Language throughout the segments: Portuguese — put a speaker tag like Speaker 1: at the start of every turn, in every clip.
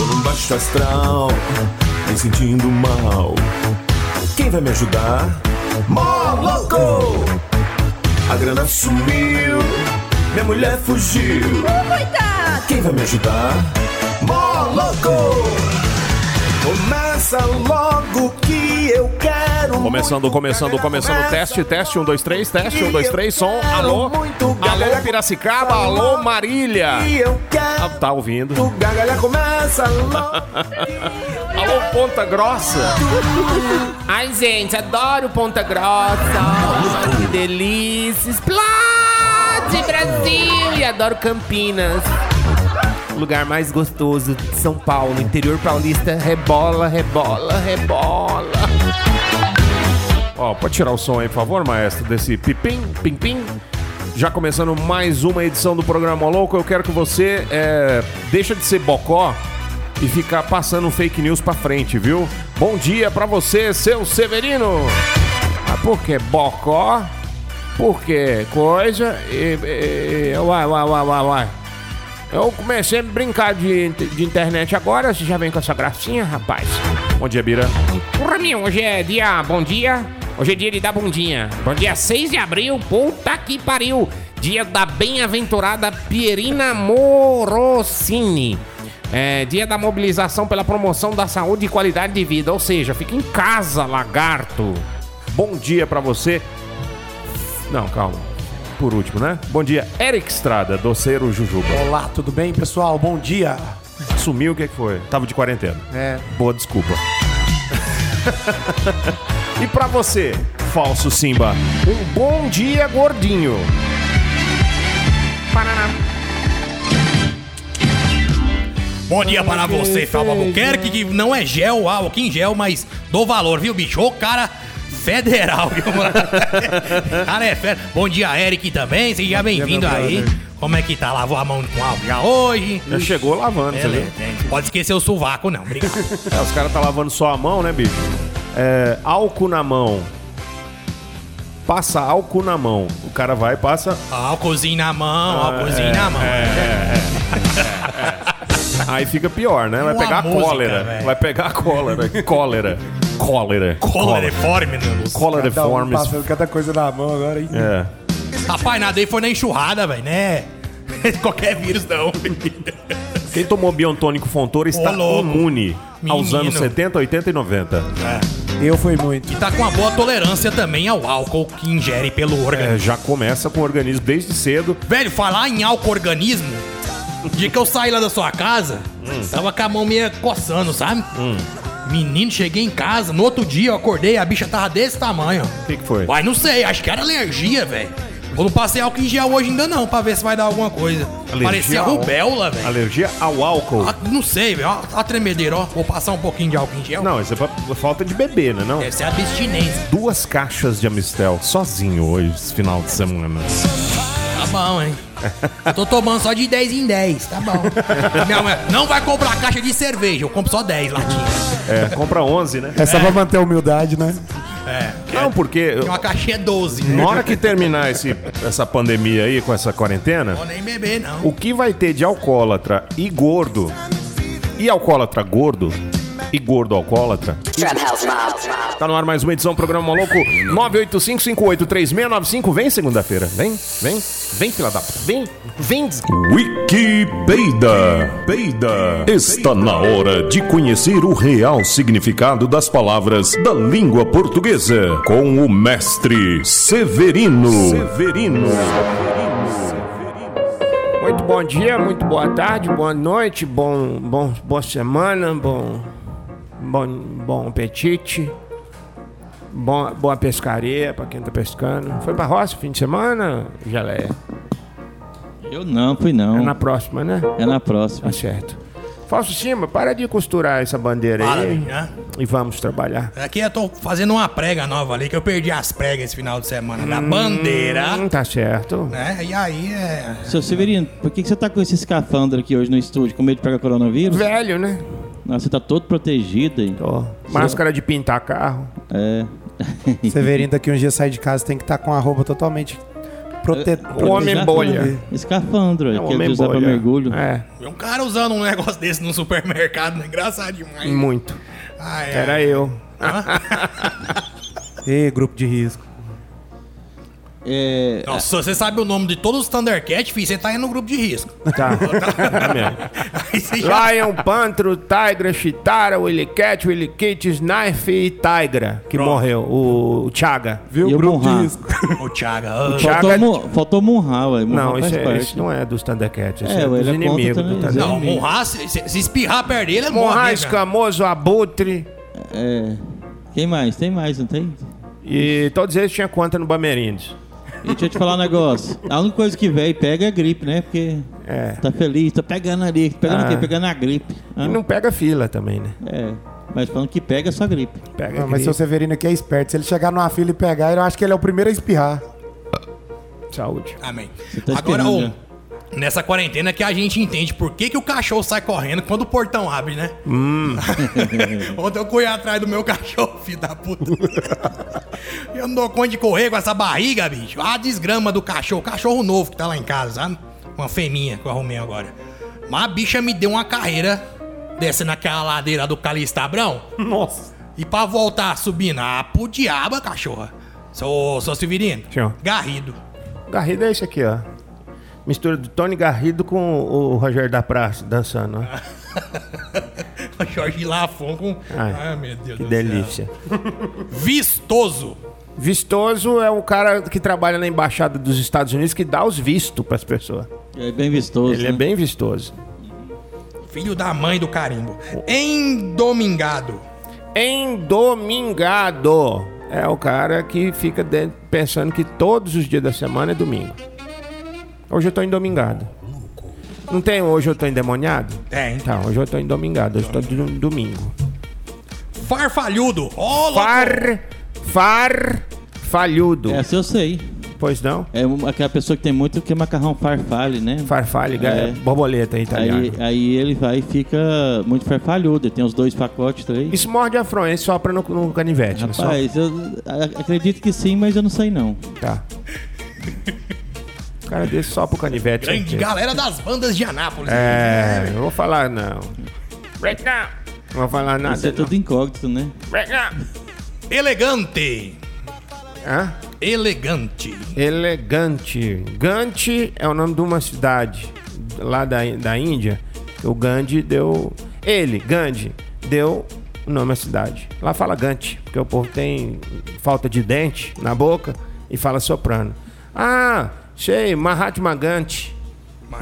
Speaker 1: um baixo astral, me sentindo mal. Quem vai me ajudar? Moloco! A grana sumiu, minha mulher fugiu.
Speaker 2: Coitado!
Speaker 1: Quem vai me ajudar? Moloco! Começa logo que eu quero.
Speaker 3: Começando,
Speaker 1: muito,
Speaker 3: começando,
Speaker 1: galera,
Speaker 3: começando.
Speaker 1: começa
Speaker 3: Teste, teste. Um, dois, três. Teste, um, dois, três. Som. Alô.
Speaker 1: Muito, galera.
Speaker 3: Alô, Piracicaba. Alô, Marília.
Speaker 1: que eu
Speaker 3: Ah,
Speaker 1: quero.
Speaker 3: Tá ouvindo.
Speaker 1: Tu gagalha começa logo.
Speaker 3: Alô, Ponta Grossa.
Speaker 4: Ai, gente, adoro Ponta Grossa. Que delícia. Explode, Brasil. E adoro Campinas. O lugar mais gostoso de São Paulo, interior paulista. Rebola, rebola, rebola.
Speaker 3: Ó, pode tirar o som aí, por favor, maestro, desse pipim, pim-pim. Já começando mais uma edição do programa Louco, eu quero que você é, deixa de ser bocó e ficar passando fake news pra frente, viu? Bom dia pra você, seu Severino! Ah, por que bocó? Por que coisa? E, e, e, uai, uai, uai, uai, uai. Eu comecei a brincar de, de internet agora, você já vem com essa gracinha, rapaz? Bom dia, Bira.
Speaker 4: Porra, meu, hoje é dia bom dia. Hoje é dia de dar bundinha. Bom dia 6 de abril, puta que pariu. Dia da bem-aventurada Pierina Morosini. É, dia da mobilização pela promoção da saúde e qualidade de vida. Ou seja, fica em casa, lagarto.
Speaker 3: Bom dia pra você. Não, calma. Por último, né? Bom dia, Eric Estrada, doceiro Jujuba.
Speaker 5: Olá, tudo bem, pessoal? Bom dia.
Speaker 3: Sumiu, o que, que foi? Tava de quarentena.
Speaker 5: É.
Speaker 3: Boa desculpa. e pra você, falso Simba, um bom dia gordinho.
Speaker 6: Bom dia para você, Fábio Albuquerque, que não é gel, álcool em gel, mas dou valor, viu, bicho? Ô cara federal, viu, mano? cara é fera. Bom dia, Eric, também. Seja bem-vindo aí. Como é que tá? Lavou a mão com álcool já hoje?
Speaker 3: Já chegou lavando, você viu?
Speaker 6: Beleza, gente. Pode esquecer o sovaco, não. Obrigado.
Speaker 3: É, os caras tá lavando só a mão, né, bicho? É, álcool na mão. Passa álcool na mão. O cara vai e passa
Speaker 6: Álcoolzinho na mão, álcoolzinho na mão.
Speaker 3: Aí fica pior, né? Vai
Speaker 6: É Uma
Speaker 3: pegar a
Speaker 6: música,
Speaker 3: cólera.
Speaker 6: velho.
Speaker 3: Vai pegar a cólera. Cólera. Cólera.
Speaker 6: Coloriforme, meu Deus.
Speaker 3: Cólera
Speaker 5: Cada um
Speaker 3: formes.
Speaker 5: passando cada coisa na mão agora, hein?
Speaker 3: É.
Speaker 6: Rapaz, nada aí foi na enxurrada, velho, né? Qualquer vírus, não.
Speaker 3: Quem tomou Biotônico Fontoura está
Speaker 6: louco.
Speaker 3: imune aos
Speaker 6: Menino.
Speaker 3: anos 70, 80 e 90.
Speaker 5: Eu fui muito.
Speaker 6: E tá com uma boa tolerância também ao álcool que ingere pelo órgão.
Speaker 3: É, já começa com o organismo desde cedo.
Speaker 6: Velho, falar em álcool organismo, o dia que eu saí lá da sua casa, tava com a mão meio coçando, sabe? Menino, cheguei em casa, no outro dia eu acordei, a bicha tava desse tamanho.
Speaker 3: O que, que foi?
Speaker 6: Uai, não sei, acho que era alergia, velho. Eu não passei álcool em gel hoje ainda não, pra ver se vai dar alguma coisa.
Speaker 3: Alergia
Speaker 6: Parecia
Speaker 3: ao-
Speaker 6: rubéola, velho.
Speaker 3: Alergia ao álcool.
Speaker 6: Ah, Não sei, velho. ó, A tremedeira, ó. Vou passar um pouquinho de álcool em gel.
Speaker 3: Não, isso é pra- falta de beber, né? Não?
Speaker 6: Deve ser abstinência.
Speaker 3: Duas caixas de Amistel sozinho hoje, esse final de semana.
Speaker 6: Tá bom, hein? Eu tô tomando só de 10 em 10, tá bom. Minha mãe, não vai comprar caixa de cerveja, eu compro só 10 latinhas.
Speaker 3: É, compra 11, né?
Speaker 5: É só pra manter a humildade, né?
Speaker 3: Não, porque
Speaker 6: Tem uma caixinha 12, né?
Speaker 3: na hora que terminar esse, essa pandemia aí, com essa quarentena,
Speaker 6: Não vou nem beber, não.
Speaker 3: O que vai ter de alcoólatra e gordo, e alcoólatra gordo, e gordo alcoólatra? Tá no ar mais uma edição do Programa Louco 985-583695. Vem segunda-feira, vem, vem, vem, fila da... p- Vem, vem, des-
Speaker 1: Wiki Beida. Beida. Está na hora de conhecer o real significado das palavras da língua portuguesa com o mestre Severino. Severino.
Speaker 4: Muito bom dia, muito boa tarde, boa noite, bom, bom, boa semana, bom, bom, bom apetite, bom, boa pescaria pra quem tá pescando. Foi pra roça fim de semana, Geleia?
Speaker 7: Eu não, fui não.
Speaker 4: É na próxima, né?
Speaker 7: É na próxima.
Speaker 4: Tá certo. Falso Cima, para de costurar essa bandeira
Speaker 6: Fala,
Speaker 4: aí
Speaker 6: né?
Speaker 4: e vamos trabalhar.
Speaker 6: Aqui eu tô fazendo uma prega nova ali, que eu perdi as pregas esse final de semana. Da bandeira,
Speaker 4: Hum, tá certo.
Speaker 6: né? E aí é.
Speaker 7: Seu Severino, por que, que você tá com esse escafandro aqui hoje no estúdio? Com medo de pegar coronavírus?
Speaker 4: Velho, né?
Speaker 7: Nossa, você tá todo protegido aí.
Speaker 4: Ó, máscara de pintar carro.
Speaker 7: É.
Speaker 5: Severino daqui um dia sai de casa tem que estar com a roupa totalmente
Speaker 8: Prote...
Speaker 4: O homem bolha.
Speaker 7: Escafandro, é, que é de
Speaker 4: Homem
Speaker 7: usar pra
Speaker 4: bolha.
Speaker 7: mergulho.
Speaker 4: É,
Speaker 6: Um cara usando um negócio desse num supermercado, né? Engraçado demais. Ah, é.
Speaker 4: muito.
Speaker 6: Ai, ai.
Speaker 4: Era eu.
Speaker 8: Ê, grupo de risco.
Speaker 7: É,
Speaker 6: Nossa, você sabe o nome de todos os Thundercats, filho, você tá indo no grupo de risco.
Speaker 4: Tá. É mesmo.
Speaker 6: Aí você já...
Speaker 4: Lion, Pantro, Tigra, Chitara, Willy Cat, Willy Kit, Snife e Tigra, que morreu, o, o Chaga.
Speaker 8: Viu?
Speaker 7: E o
Speaker 8: grupo
Speaker 7: Bonhá?
Speaker 8: de risco.
Speaker 6: O Thiago. ah,
Speaker 4: Chaga-
Speaker 7: faltou, Mon- faltou Monhal, ué. Monhal
Speaker 4: Não,
Speaker 7: faz
Speaker 4: isso, é-
Speaker 7: parte.
Speaker 4: isso não é dos Thundercats, isso
Speaker 7: É,
Speaker 4: é,
Speaker 7: ué,
Speaker 4: dos
Speaker 7: ele é contra
Speaker 4: inimigos do
Speaker 7: também,
Speaker 4: Thundercats.
Speaker 6: Não, Monra, se, se- se espirrar perto dele, é
Speaker 4: Monra,
Speaker 6: morre. né,
Speaker 4: Escamoso, Abutre
Speaker 7: É. Quem mais? Tem mais, não tem?
Speaker 4: e todos eles tinham conta no Bamerindes.
Speaker 7: E deixa eu te falar um negócio. A única coisa que velho pega é a gripe, né? Porque
Speaker 4: É.
Speaker 7: tá feliz, tá pegando ali. Pegando o quê?
Speaker 4: Ah.
Speaker 7: Pegando a gripe. Ah,
Speaker 4: E não pega fila também, né?
Speaker 7: É. Mas falando que pega é só gripe.
Speaker 4: Pega
Speaker 8: Não, mas
Speaker 4: gripe.
Speaker 8: seu Severino aqui é esperto. Se ele chegar numa fila e pegar, eu acho que ele é o primeiro a espirrar.
Speaker 4: Saúde.
Speaker 6: Amém.
Speaker 7: tá
Speaker 6: Agora,
Speaker 7: esperando
Speaker 6: ô,
Speaker 7: já.
Speaker 6: nessa quarentena que a gente entende por que, que o cachorro sai correndo quando o portão abre, né? Ontem eu corri atrás do meu cachorro, filho da puta. eu não dou conta de correr com essa barriga, bicho. A desgrama do cachorro. Cachorro novo que tá lá em casa, sabe? Uma fêmea que eu arrumei agora. Mas a bicha me deu uma carreira descendo aquela ladeira do Calistabrão.
Speaker 4: Nossa.
Speaker 6: E pra voltar subindo, ah, pro diabo, cachorra. Sou, sou Severino.
Speaker 4: Senhor.
Speaker 6: Garrido.
Speaker 4: Garrido é esse aqui, ó. Mistura do Tony Garrido com o Rogério da Praça dançando,
Speaker 8: Ah,
Speaker 4: ó.
Speaker 6: Jorge Lafon com.
Speaker 4: Ai,
Speaker 6: Ai, meu Deus
Speaker 4: Que
Speaker 6: do
Speaker 4: delícia.
Speaker 6: céu. Vistoso.
Speaker 4: Vistoso é o cara que trabalha na embaixada dos Estados Unidos que dá os vistos pras pessoas.
Speaker 7: É bem vistoso.
Speaker 4: Ele é
Speaker 7: né?
Speaker 4: bem vistoso.
Speaker 6: Filho da mãe do carimbo. Endomingado.
Speaker 4: Endomingado é o cara que fica de- pensando que todos os dias da semana é domingo. Hoje eu tô endomingado. Não tem hoje eu tô endemoniado?
Speaker 6: É, então.
Speaker 4: Tá, hoje eu tô endomingado, hoje eu tô de dom- domingo.
Speaker 6: Farfalhudo. Ó, louco.
Speaker 4: Far, far, falhudo.
Speaker 7: É, Essa eu sei.
Speaker 4: Pois não?
Speaker 7: É uma- aquela pessoa que tem muito que é macarrão farfalle, né?
Speaker 4: Farfalha,
Speaker 7: É.
Speaker 4: borboleta em italiano.
Speaker 7: Aí, aí ele vai e fica muito farfalhudo. Ele tem uns dois pacotes, três.
Speaker 4: Isso morde a fronha, ele sopra no, no canivete. né? não sopra?
Speaker 7: Rapaz, eu a- acredito que sim, mas eu não sei não.
Speaker 4: Tá. O cara desse só pro canivete.
Speaker 6: Grande
Speaker 4: hein,
Speaker 6: galera das bandas de Anápolis.
Speaker 4: É, eu vou falar não. Não vou falar nada.
Speaker 7: Isso é
Speaker 4: não.
Speaker 7: tudo incógnito, né?
Speaker 6: Elegante.
Speaker 4: Hã?
Speaker 6: Elegante.
Speaker 4: Elegante. Gante é o nome de uma cidade lá da, da Índia. O Gandhi deu. Ele, Gandhi, deu o nome à cidade. Lá fala Gante, porque o povo tem falta de dente na boca e fala soprano. Ah, sei, Mahatma Gandhi.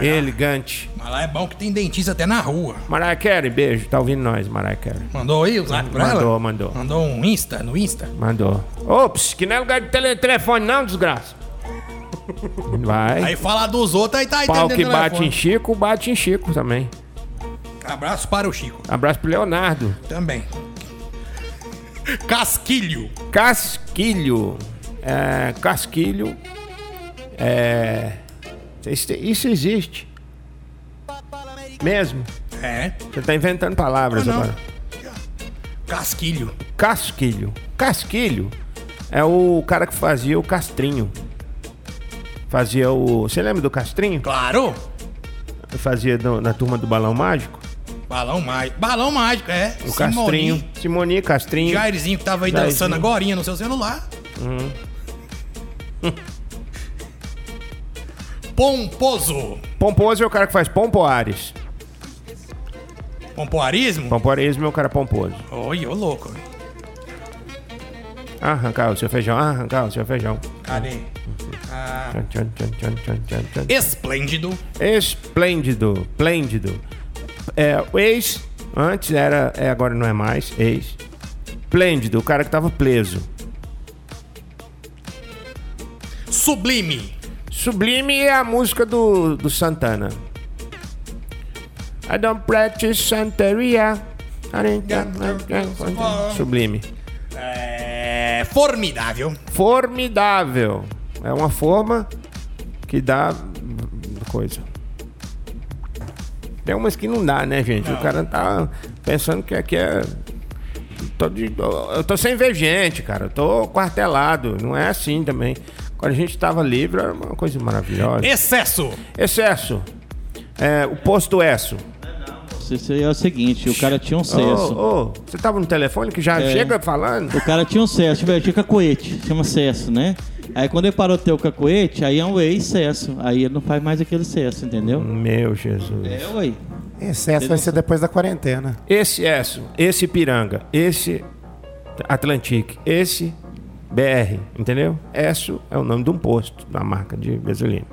Speaker 4: Ele, Gandhi.
Speaker 6: Mas lá é bom que tem dentista até na rua.
Speaker 4: Mariah Carey, beijo. Tá ouvindo nós, Mariah Carey.
Speaker 6: Mandou aí o zap pra
Speaker 4: Mandou,
Speaker 6: ela?
Speaker 4: mandou.
Speaker 6: Mandou um Insta, no Insta.
Speaker 4: Mandou. Ops, que não é lugar de tele- telefone não, desgraça. Vai.
Speaker 6: Aí fala dos outros, aí tá aí
Speaker 4: Pau que bate
Speaker 6: telefone.
Speaker 4: em Chico, bate em Chico também.
Speaker 6: Abraço para o Chico.
Speaker 4: Abraço pro Leonardo.
Speaker 6: Também. Casquilho.
Speaker 4: Casquilho. É, casquilho. É. Isso, isso existe. Mesmo.
Speaker 6: É.
Speaker 4: Você tá inventando palavras
Speaker 6: Ah, não.
Speaker 4: agora.
Speaker 6: Casquilho.
Speaker 4: Casquilho. Casquilho é o cara que fazia o castrinho. Fazia o. Você lembra do castrinho?
Speaker 6: Claro.
Speaker 4: Que fazia do- na turma do Balão Mágico?
Speaker 6: Balão mágico. Balão mágico, é.
Speaker 4: O Castrinho. Simoninho, Castrinho.
Speaker 6: Jairzinho que tava aí
Speaker 4: Jairzinho.
Speaker 6: dançando agorinha no seu celular.
Speaker 4: Uhum.
Speaker 6: Pomposo.
Speaker 4: Pomposo é o cara que faz pompoares.
Speaker 6: Pompoarismo?
Speaker 4: Pompoarismo é o cara pomposo.
Speaker 6: Oi, ô louco.
Speaker 4: Arrancar o Ah, seu feijão, arrancar o seu feijão.
Speaker 6: Cadê? Ah,
Speaker 4: Tchan, tchan, tchan, tchan, tchan, tchan, tchan.
Speaker 6: esplêndido.
Speaker 4: Esplêndido, plêndido. É, o ex, antes era, é, agora não é mais, ex. Plêndido, o cara que tava preso.
Speaker 6: Sublime.
Speaker 4: Sublime é a música do, do Santana. I don't practice Santeria. I don't- Sublime.
Speaker 6: É, formidável.
Speaker 4: Formidável. É uma forma que dá coisa. Tem umas que não dá, né, gente? O cara tá pensando que aqui é Tô de- eu tô sem ver gente, cara. Eu tô quartelado. Não é assim também. Quando a gente tava livre, era uma coisa maravilhosa.
Speaker 6: Excesso!
Speaker 4: Excesso. É, o posto Esso.
Speaker 7: Isso aí é o seguinte, o cara tinha um cesso.
Speaker 4: Ô, ô, você tava no telefone que já
Speaker 7: É.
Speaker 4: chega falando?
Speaker 7: O cara tinha um cesso, velho, tinha cacoete, chama cesso, né? Aí quando ele parou de ter o cacoete, aí é um ex-cesso. Aí ele não faz mais aquele cesso, entendeu?
Speaker 4: Meu Jesus.
Speaker 7: É, ué.
Speaker 5: Excesso vai ser depois da quarentena.
Speaker 4: Esse Esso, esse Piranga, esse Atlantic, esse BR, entendeu? Esso é o nome de um posto, da marca de gasolina.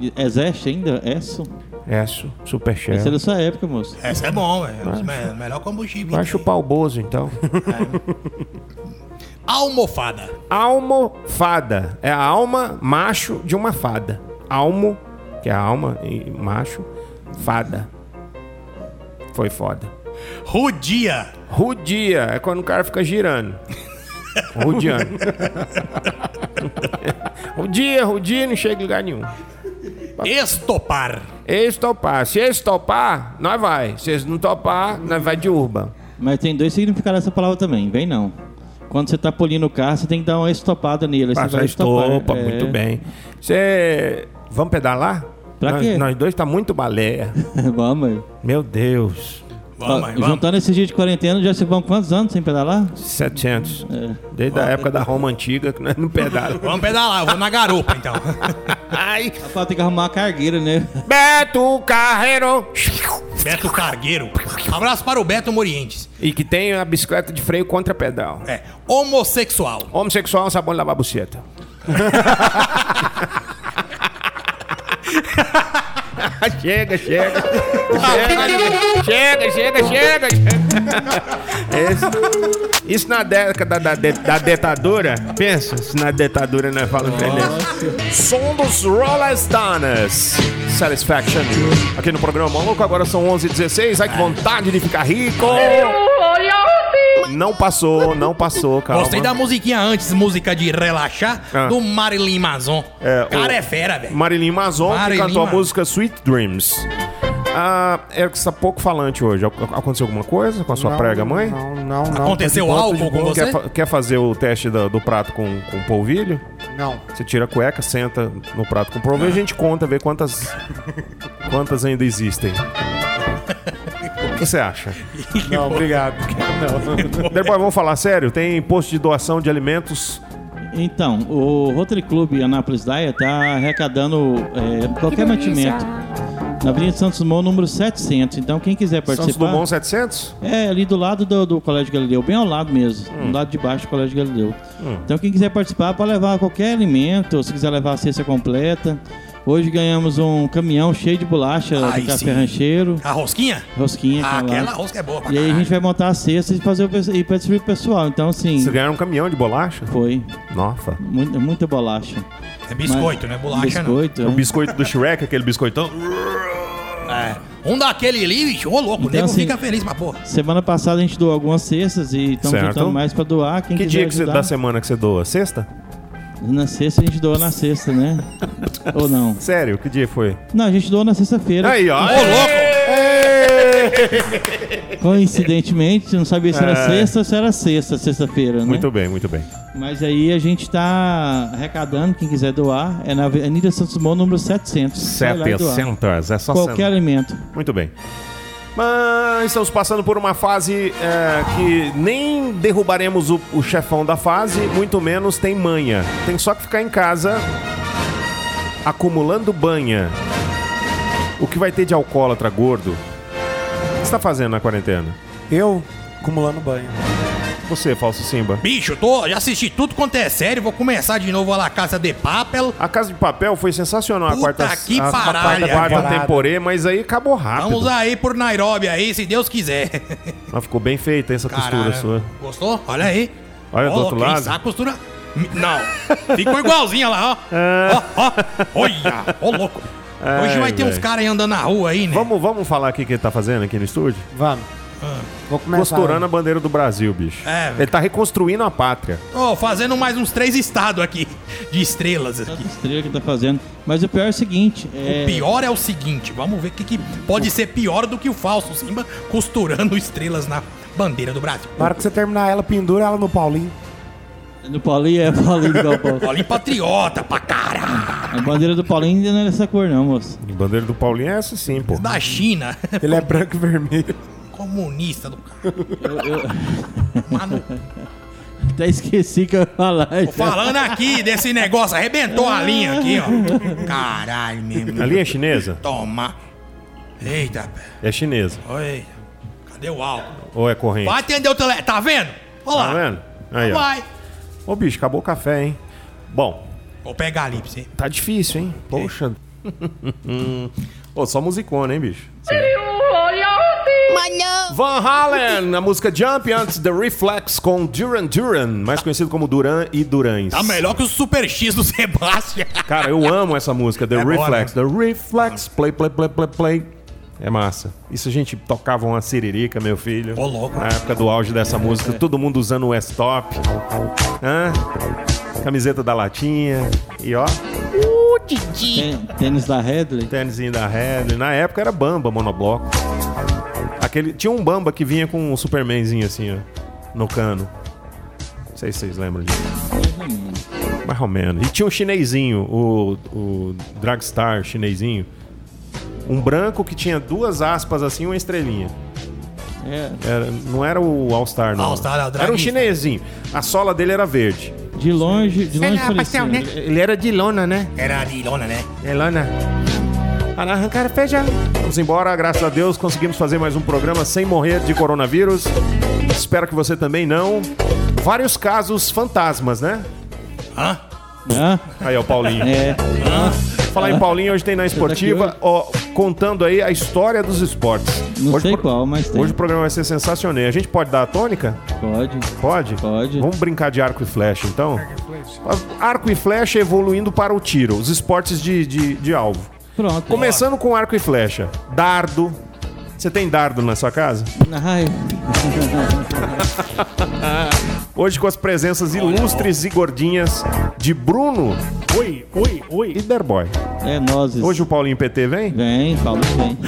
Speaker 7: E- Existe ainda? Esso?
Speaker 4: Esso, Super Shell.
Speaker 7: Essa é da sua época, moço.
Speaker 6: Essa é bom, velho. É o me- Melhor combustível.
Speaker 4: Vai chupar o Bozo, então.
Speaker 6: Almofada.
Speaker 4: Almofada. É a alma macho de uma fada. Almo, que é a alma e macho, fada. Foi foda.
Speaker 6: Rudia.
Speaker 4: Rudia é quando o cara fica girando. Rudiando. rudia, rudia, não chega em lugar nenhum.
Speaker 6: Estopar.
Speaker 4: Eles topar. Se eles topar, nós vai. Se eles não topar, nós vai de urba.
Speaker 7: Mas tem dois significados dessa palavra também, vem não. Quando você tá polindo o carro, você tem que dar uma estopada nele. aí você
Speaker 4: Passar
Speaker 7: vai estopar,
Speaker 4: estopa,
Speaker 7: é.
Speaker 4: muito bem. Você... Vamos pedalar?
Speaker 7: Pra
Speaker 4: nós,
Speaker 7: quê?
Speaker 4: nós dois tá muito baleia.
Speaker 7: Vamos aí.
Speaker 4: Meu Deus.
Speaker 6: Vamos,
Speaker 7: Ó,
Speaker 6: aí, vamos.
Speaker 7: Juntando esses dias de quarentena, já se vão quantos anos sem pedalar?
Speaker 4: 700.
Speaker 7: É.
Speaker 4: Desde a época da Roma antiga que nós não pedalamos.
Speaker 6: Vamos pedalar, eu vou na garupa então.
Speaker 4: Ai,
Speaker 7: Rapaz, tem que arrumar uma cargueira, né?
Speaker 4: Beto Carreiro.
Speaker 6: Beto Cargueiro. Abraço para o Beto Morientes.
Speaker 4: E que tem a bicicleta de freio contra pedal.
Speaker 6: É, homossexual.
Speaker 4: Homossexual é um sabão de lavar buceta. chega, chega. chega, chega, chega, chega. Esse- isso na década da, de- da ditadura, pensa, se na ditadura nós falamos entendeu? Som dos Rolling Stones. Satisfaction. Aqui no programa Maluco, agora são 11h16. Ai, que vontade de ficar rico. Não passou, não passou, calma.
Speaker 6: Gostei da musiquinha antes, música de relaxar,
Speaker 4: Ah.
Speaker 6: do Marilyn Manson.
Speaker 4: É,
Speaker 6: Cara
Speaker 4: o-
Speaker 6: é fera, velho.
Speaker 4: Marilyn Mazon, que
Speaker 6: Marilyn
Speaker 4: cantou a
Speaker 6: Manson.
Speaker 4: música Sweet Dreams. Ah, é que você tá pouco falante hoje. Ac- Aconteceu alguma coisa com a sua
Speaker 5: Não,
Speaker 4: prega, mãe?
Speaker 5: Não, não, não.
Speaker 6: Aconteceu
Speaker 5: Tô de boa, tô de
Speaker 6: álcool com
Speaker 5: boa.
Speaker 6: você?
Speaker 4: Quer, fa- quer fazer o teste da- do, prato com, com polvilho?
Speaker 5: Não.
Speaker 4: Você tira a cueca, senta no prato com polvilho e a gente conta, vê quantas, quantas ainda existem. O que você acha?
Speaker 5: Não, obrigado. Não.
Speaker 4: Depois vamos falar sério. Tem posto de doação de alimentos.
Speaker 7: Então, o Rotary Club Anápolis Daia tá arrecadando é, qualquer mantimento. Na Avenida Santos Dumont, número 700. Então, quem quiser
Speaker 4: Santos
Speaker 7: participar...
Speaker 4: Dumont 700?
Speaker 7: É, ali do lado do, do Colégio Galileu, bem ao lado mesmo,
Speaker 6: Hum.
Speaker 7: do lado de baixo do Colégio Galileu. Então quem quiser participar pode levar qualquer alimento, ou se quiser levar a cesta completa. Hoje ganhamos um caminhão cheio de bolacha
Speaker 6: Ai,
Speaker 7: do café
Speaker 6: sim.
Speaker 7: rancheiro,
Speaker 6: A rosquinha?
Speaker 7: rosquinha.
Speaker 6: Ah,
Speaker 7: tá lá.
Speaker 6: aquela rosca é boa pra
Speaker 7: E aí a
Speaker 6: caralho.
Speaker 7: gente vai montar a cesta e fazer o pe- e para distribuir pro pessoal. Então assim,
Speaker 4: Você ganharam um caminhão de bolacha?
Speaker 7: foi
Speaker 4: Nossa.
Speaker 7: muita, muita bolacha.
Speaker 6: É biscoito, não é bolacha
Speaker 7: Biscoito.
Speaker 4: O
Speaker 7: é.
Speaker 4: biscoito do Shrek, aquele biscoitão.
Speaker 6: não. É. Um daquele ali, bicho, ô louco, o
Speaker 7: Então,
Speaker 6: nego
Speaker 7: assim-
Speaker 6: fica feliz pra porra.
Speaker 7: Semana passada a gente doou algumas cestas e estamos
Speaker 4: Certo.
Speaker 7: juntando mais para doar. Quem
Speaker 4: Que
Speaker 7: quiser
Speaker 4: dia que você,
Speaker 7: ajudar.
Speaker 4: da semana que você doa? Sexta?
Speaker 7: Na sexta a gente doa na sexta, né? ou não?
Speaker 4: Sério, que dia foi?
Speaker 7: Não, a gente doou na sexta-feira.
Speaker 4: Aí, ó.
Speaker 6: Ô, louco!
Speaker 7: Coincidentemente, não sabia se era sexta ou se era sexta, sexta-feira, né?
Speaker 4: Muito bem, muito bem.
Speaker 7: Mas aí a gente tá arrecadando, quem quiser doar, é na Avenida Santos Dumont, número 700. Vai lá e doar.
Speaker 4: 700, é só
Speaker 7: Qualquer alimento.
Speaker 4: cento. Muito bem. Mas estamos passando por uma fase é, que nem derrubaremos o, o chefão da fase, muito menos tem manha. Tem só que ficar em casa acumulando banha. O que vai ter de alcoólatra gordo? O que você tá fazendo na quarentena?
Speaker 5: Eu acumulando banho.
Speaker 4: Você, falso Simba.
Speaker 6: Bicho, tô, já assisti tudo quanto é sério, vou começar de novo a La Casa de Papel.
Speaker 4: A Casa de Papel foi sensacional a
Speaker 6: Puta
Speaker 4: quarta,
Speaker 6: que
Speaker 4: a, a quarta,
Speaker 6: paralha,
Speaker 4: quarta
Speaker 5: parada.
Speaker 4: temporada, mas aí acabou rápido.
Speaker 6: Vamos aí por Nairobi aí, se Deus quiser.
Speaker 4: Mas ficou bem feita essa costura
Speaker 6: Caralho.
Speaker 4: sua.
Speaker 6: Gostou? Olha aí.
Speaker 4: Olha do
Speaker 6: Ó,
Speaker 4: outro
Speaker 6: quem
Speaker 4: lado.
Speaker 6: sabe a costura... Não. Ficou igualzinha lá, ó. Ó, ó. Olha. Ô, louco. Hoje
Speaker 4: É. Ai,
Speaker 6: vai ter uns
Speaker 4: velho.
Speaker 6: caras aí andando na rua aí, né?
Speaker 4: Vamos, vamos falar aqui o que ele tá fazendo aqui no estúdio?
Speaker 5: Vamos. Vou começar.
Speaker 3: Costurando a bandeira do Brasil, bicho.
Speaker 6: É, velho.
Speaker 3: Ele tá reconstruindo a pátria.
Speaker 6: Ó, fazendo mais uns três estados aqui de estrelas aqui.
Speaker 7: Tanta estrela que tá fazendo. Mas o pior é o seguinte: é,
Speaker 6: O pior é o seguinte, vamos ver o que, que pode ser pior do que o falso Simba costurando estrelas na bandeira do Brasil.
Speaker 5: Na hora que você terminar ela, pendura ela no Paulinho.
Speaker 7: do Paulinho é Paulinho do Galpão.
Speaker 6: Olha, patriota pra caramba!
Speaker 7: A bandeira do Paulinho ainda não é dessa cor, não, moço.
Speaker 3: A bandeira do Paulinho é essa sim, pô.
Speaker 6: Da China,
Speaker 5: Ele é branco e vermelho.
Speaker 6: comunista do cara. Mano,
Speaker 7: Até esqueci que eu ia falar.
Speaker 6: tô falando aqui desse negócio, arrebentou a linha aqui, ó. Caralho, mesmo.
Speaker 3: A linha é chinesa?
Speaker 6: Toma. Eita, pé.
Speaker 3: É chinesa.
Speaker 6: Oi. Cadê o álcool?
Speaker 3: Ou é corrente?
Speaker 6: Vai atender o telefone. Tá vendo? Olha lá.
Speaker 3: Tá vendo? Aí, ó.
Speaker 6: Vai.
Speaker 3: Ô, bicho, acabou o café, hein? Bom,
Speaker 6: Vou pegar a lips, hein?
Speaker 3: tá difícil, hein? Poxa. Ô, só musicona, hein, bicho? Van Halen, a música Jump antes The Reflex com Duran Duran, mais conhecido como Duran e Durans.
Speaker 6: Tá melhor que o Super X do Sebastião.
Speaker 3: Cara, eu amo essa música, The
Speaker 6: É boa,
Speaker 3: Reflex. The Reflex, play, play, play, play, play. É massa. Isso a gente tocava uma siririca, meu filho.
Speaker 6: Ô, louco.
Speaker 3: Na época do auge dessa música, todo mundo usando o West Top. Hã? Camiseta da latinha. E ó,
Speaker 7: Tê- Tênis da Headley.
Speaker 3: tênisinho da Red. Na época era bamba, monobloco. Aquele, tinha um bamba que vinha com um Supermanzinho assim, ó, no cano. Não sei se vocês lembram disso. Mais ou menos. E tinha um chinesinho, o, o Dragstar chinesinho. Um branco que tinha duas aspas assim e uma estrelinha.
Speaker 7: É,
Speaker 3: Era- não era o All Star, não.
Speaker 6: All Star, é o
Speaker 3: era um
Speaker 6: Dragstar.
Speaker 3: chinesinho. A sola dele era verde.
Speaker 7: de longe,
Speaker 3: É,
Speaker 7: de longe parecia.
Speaker 3: Ele era de lona, né?
Speaker 6: Era a Lilona, né?
Speaker 3: Elana. Para arrancar feijão. Vamos embora, graças a Deus conseguimos fazer mais um programa sem morrer de coronavírus. Espero que você também não. Vários casos fantasmas, né?
Speaker 6: Hã?
Speaker 7: Hã?
Speaker 3: Aí, ó, Paulinho.
Speaker 7: É,
Speaker 3: Falar em Paulinho, hoje tem na
Speaker 7: tá
Speaker 3: esportiva, ó, contando aí a história dos esportes.
Speaker 7: não
Speaker 3: hoje,
Speaker 7: sei
Speaker 3: o pro-
Speaker 7: qual, mas tem.
Speaker 3: Hoje o programa vai ser sensacional. A gente pode dar a tônica?
Speaker 7: Pode.
Speaker 3: Pode?
Speaker 7: Pode.
Speaker 3: Vamos brincar de arco e flecha, então? Arco e flecha evoluindo para o tiro, os esportes de, de, de alvo.
Speaker 7: Pronto.
Speaker 3: Começando com arco e flecha. Dardo. Você tem dardo na sua casa?
Speaker 7: Ai,
Speaker 3: Hoje com as presenças ilustres e gordinhas de Bruno
Speaker 1: Oi, oi, oi.
Speaker 3: e Derboy.
Speaker 7: é nozes.
Speaker 3: Hoje o Paulinho PT vem?
Speaker 7: Vem, Paulo vem.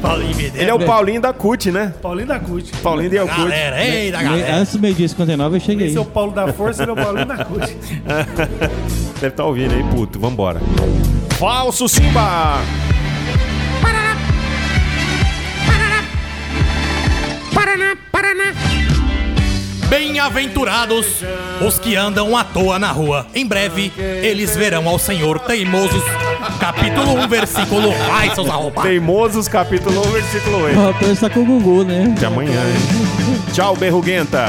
Speaker 6: Paulinho Medeiros.
Speaker 3: Ele é o Paulinho da CUT, né?
Speaker 1: Paulinho da CUT. Ah, né?
Speaker 3: Paulinho de Alcute.
Speaker 6: Galera, ei da
Speaker 7: Me-
Speaker 6: galera.
Speaker 7: Antes do meio-dia e 59 eu cheguei.
Speaker 1: Esse é o Paulo da Força, ele é o Paulinho da CUT.
Speaker 3: Deve estar ouvindo aí, puto. Vambora. Falso Simba!
Speaker 4: Paraná. Paraná. Paraná, Paraná.
Speaker 6: Bem-aventurados os que andam à toa na rua. Em breve, eles verão ao Senhor teimosos. Capítulo 1, versículo. Vai, seus arrombados.
Speaker 3: Teimosos, capítulo 1, versículo 8.
Speaker 7: O Paulo está com o tá Gugu, né?
Speaker 3: De amanhã, hein? Tchau, Berruguenta!